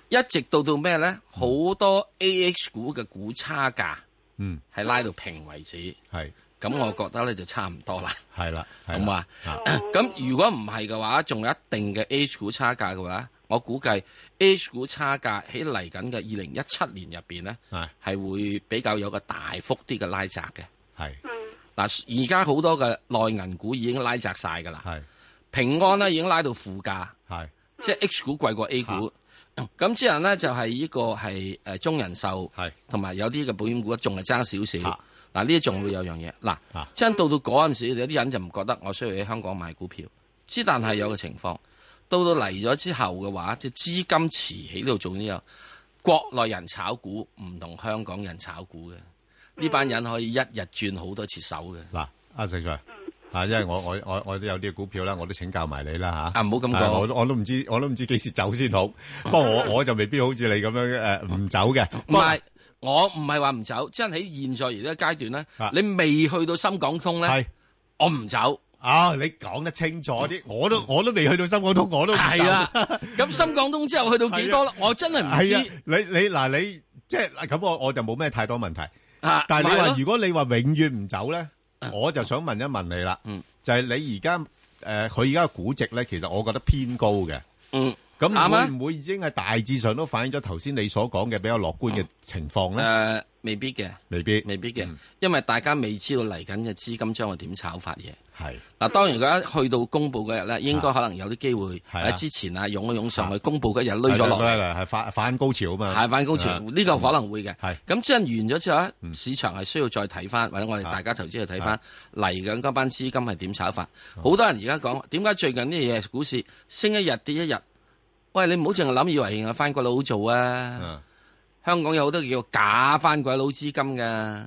一直到到咩咧？好多 A H 股嘅股差價，
嗯，
係拉到平為止。
係
咁，我覺得咧就差唔多啦。
係啦，係
咁啊，咁如果唔係嘅話，仲有一定嘅 A H 股差價嘅話，我估計 A H 股差價喺嚟緊嘅二零一七年入邊咧，
係
係會比較有個大幅啲嘅拉窄嘅。
係
嗯
嗱，而家好多嘅內銀股已經拉窄晒㗎啦。
係
平安咧已經拉到負價。
係
即係 H 股貴過 A 股。咁之後咧就係呢個係誒中人壽，同埋有啲嘅保險股仲係爭少
啊
少。嗱呢啲仲會有樣嘢，嗱真到到嗰陣時，有啲人就唔覺得我需要喺香港買股票，之但係有個情況，到到嚟咗之後嘅話，即係資金池喺度做呢樣，國內人炒股唔同香港人炒股嘅，呢班人可以一日轉好多次手嘅。
嗱，阿石 Sir 啊，因為我我我我都有啲股票啦，我都請教埋你啦嚇。
啊，唔好咁講
但係我都我都唔知我都唔知幾時走先好。不過我我就未必好似你咁樣誒唔走嘅。
唔係，我唔係話唔走，即係喺現在而家階段咧，你未去到深港通咧，我唔走。
啊，你講得清楚啲，我都我都未去到深港通，我都唔走
係啦。 咁深港通之後去到幾多啦？我真係唔
係啊，
知。
你你嗱你即係嗱咁，我我就冇咩太多問題。
啊
但係
咪
你
係
話
咯
如果你話永遠唔走咧，我就想問一問你啦。就係你而家誒，佢而家嘅估值咧，其實我覺得偏高嘅。
嗯，
咁
啱啊
會唔會已經係大致上都反映咗頭先你所講嘅比較樂觀嘅情況咧？
誒，未必嘅，
未必，
未必
嗯
嘅，因為大家未知道嚟緊嘅資金將會點炒法嘢。
係
嗱，當然佢一去到公佈嗰日咧，應該可能有啲機會
係啊
喺之前啊，湧一湧上去，公佈嗰日攞咗落嚟。
嚟，係反反高潮啊嘛，
係反高潮，
啊
呢個可能會嘅。
係嗯
咁即係完咗之後咧，市場係需要再睇翻，或者我哋大家投資去睇
啊
翻嚟緊嗰班資金係點炒法。好多人而家講點解最近啲嘢股市升一日跌一日？喂，你唔好淨係諗以為我翻鬼佬做
嗯
啊！香港有好多叫假翻鬼佬資金㗎，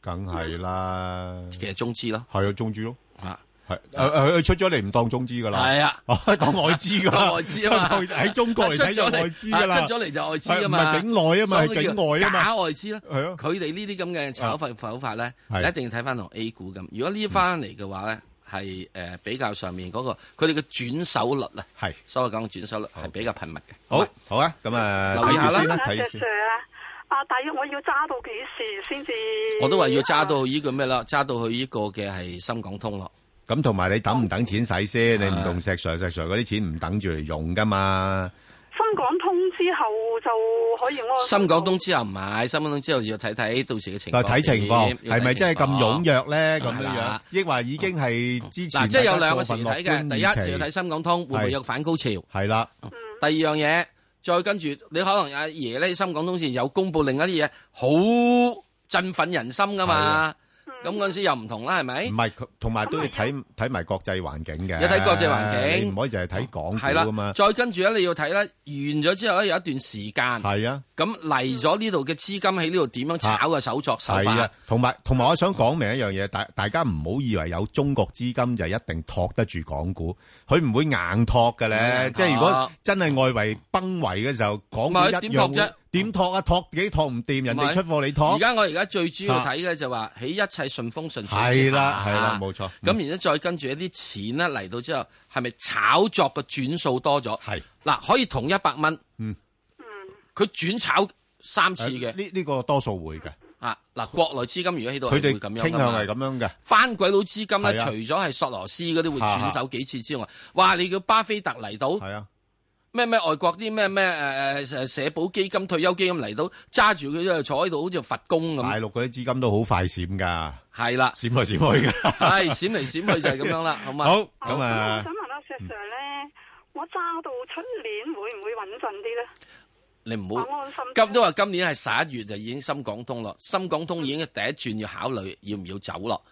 梗係啦。
其實中資咯，
係啊，中資咯，
嚇
係誒誒，佢出咗嚟唔當中資噶啦，
係啊，
當外資噶啦，
當外資啊嘛啊
當 喺中國嚟睇就外資噶啦，
出咗嚟就外資啊
係
嘛，
唔係境內啊嘛，
所以
係境外啊嘛，
叫假外資啦，
係啊
佢哋呢啲咁嘅炒法手法咧，
係
一定要睇翻同 A 股咁。如果呢翻嚟嘅話咧，係誒比較上面嗰個佢哋嘅轉手率啊，
係
所謂講嘅轉手率係比較頻密嘅。
好好啊，咁啊，
留意下啦
睇住先啦，
阿
睇住
Sir
先，
啊，啊，大約我要揸到幾時先至？啊
我都話要揸到去呢個咩啦，揸到去呢個嘅係深港通咯。
咁同埋你等唔等錢使先？你唔同石 Sir 石 Sir 嗰啲錢唔等住嚟用噶嘛，
深港通之後就可以安心
哦深港通之後唔係，深港通之後要睇睇到時嘅情況
但
點。
係睇情
要
況
睇
係咪真係咁踴
情況
躍咧？咁
係
樣樣
啦，
抑或已經係之前
嗱，即係有
大家
兩個時
過分
睇
樂
嘅，
觀
第
預
一
期
就要睇深港通會唔
係
會有個反高潮。
係啦，
第二樣嘢，再跟住你可能阿
啊
爺咧，深港通線有公布另一啲嘢，好振奮人心噶嘛。咁嗰陣時又唔同啦，係咪？
唔係佢同埋都要睇睇埋國際環境嘅，
有睇國際環境
你唔可以淨係睇港
係
股
啦
啊嘛，。
再跟住咧，你要睇咧，完咗之後咧有一段時間。
係啊。
咁嚟咗呢度嘅資金喺呢度點樣炒嘅手作手
係
法
啊？，同埋同埋，我想講明一樣嘢，大大家唔好以為有中國資金就一定托得住港股，佢唔會硬托嘅
唔
咧。
會硬托
即係如果真係外圍崩圍嘅時候，港
唔
股
係
一
點
樣
托
會
啫
點托啊？托幾托唔掂，人
唔
哋
係
出貨你托。
而家我而家最主要睇嘅就話喺一切順風順水之下
係啦係啦冇錯
咁然之後再跟住一啲錢咧嚟到之後，係咪炒作嘅轉數多咗？
係
嗱，可以同一百蚊，
嗯，
佢轉炒三次
誒
嘅
呢呢個多數會嘅，
啊！嗱，國內資金如果喺度
佢
係
哋
會咁樣
傾
㗎
向
嘛
係咁樣嘅。
翻鬼佬資金咧，
係啊
除咗係索羅斯嗰啲會轉手幾次之外，哇！你叫巴菲特嚟到，咩咩外國啲咩咩誒誒社保基金、退休基金嚟到，揸住佢就坐喺度，好似佛公
大
咁，
陸嗰啲資金都好快閃㗎，
係啦，
閃來閃去㗎。
係閃嚟閃去就係咁樣啦，好嘛？
好
哦咁
咁
我
啊嗯
想，問阿石 Sir 咧，我揸到出年會唔會穩陣啲咧？
你唔好
我安心
今都話今年係十一月就已經深港通咯，深港通已經第一轉要考慮要唔要走咯。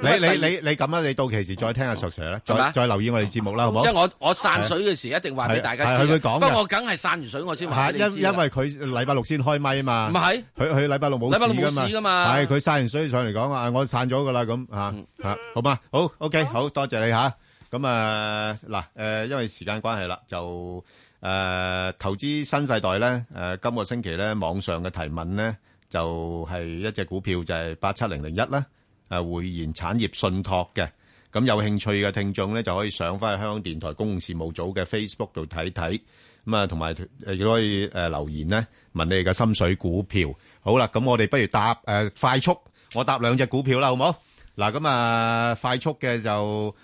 你你你你咁啦，你到期時再聽阿石 Sir 啦，
係
再
嘛
再留意我哋節目啦，好唔好？
即係我我散水嘅時一定話俾大家
係係
知
佢
嘅，
講嘅
不過我梗係散完水我先話
係
俾你
因
知
因
啦。
為佢禮拜六先開咪啊嘛，
唔係
佢佢禮拜六冇
禮拜六冇
事
事
噶
㗎
嘛，
嘛
係佢散完水上嚟講啊，我散咗噶啦咁啊啊，好嘛，好 OK，好多謝你吓，咁啊嗱誒，因為時間關係啦，就誒投資新世代咧誒，今個星期咧網上嘅提問咧就係一隻股票就係八七零零一啦，誒匯賢產業信託嘅。咁有興趣嘅聽眾咧，就可以上翻去香港電台公共事務組嘅 Facebook 度睇睇，咁啊，同埋誒亦都可以誒留言咧，問你哋嘅心水股票。好啦，咁我哋不如答誒、呃快速，我答兩隻股票啦，好唔好？嗱，咁啊快速嘅就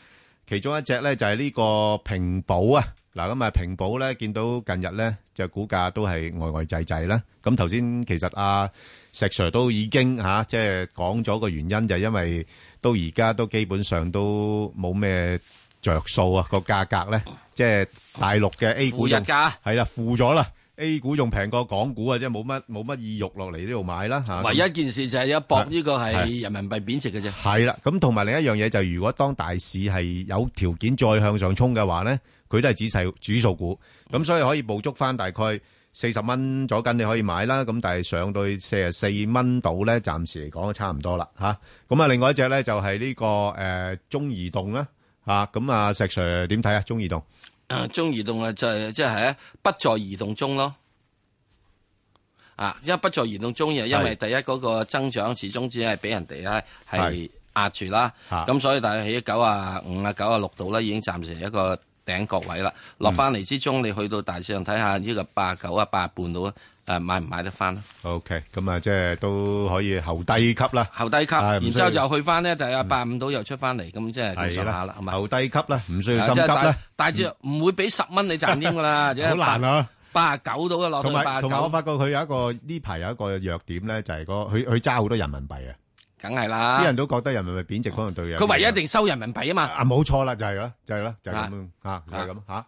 其中一隻咧就係呢個平保啊。嗱，咁啊平保咧見到近日咧就股價都係呆呆滯滯啦。咁頭先其實啊石 Sir 都已經吓、啊即係講咗個原因，就係因為到而家都基本上都冇咩着數啊個價格咧，即係大陸嘅 A 股
負
啊
日價
係啦，負咗啦。A 股仲平過港股啊，即係冇乜冇乜意欲落嚟呢度買啦嚇。
唯一一件事就係有搏呢個
啊係
係人民幣貶值嘅啫。
係啦，咁同埋另一樣嘢就係，如果當大市係有條件再向上衝嘅話咧，佢都係指數指數股，咁所以可以捕捉翻大概四十蚊左近你可以買啦，咁但係上到四十四蚊度咧，暫時嚟講都差唔多啦吓。咁啊，另外一隻咧就係呢、個誒、呃中移動啦吓，咁啊石 Sir 點睇啊？中移動
啊中移動啊，就係即係不在移動中咯。啊，因為不在移動中，又因為
係
第一嗰個增長始終只係俾人哋咧
係
係壓住啦。
嚇
咁所以但係喺九啊五啊九啊六度咧，已經暫時係一個頂角位啦。落翻
嗯
嚟之中，你去到大市上睇下呢個八九啊八半度啊，誒買唔買得翻
，OK，咁啊即係都可以後低級啦，
後低級，
係唔需
然之後
要嗯
又去翻呢，第啊八五度又出翻嚟，咁即係咁
係
上下啦
啦，，後低級啦，唔需要心
即
急
係
啦嗯
大。大致唔會俾十蚊你賺添噶 啦，即係
好難啊！
八啊九到嘅落到
同
去八
埋
啊
同埋，我
九，
發覺佢有一個呢排有一個弱點咧，就係個佢佢揸好多人民幣啊！
梗係啦。
啲人都覺得人民幣貶值可能對人 À,
佢唯一一定收人民幣啊嘛。
啊冇錯啦，就係啦，就係啦，就係咁樣
啊
嚇，就係咁嚇。好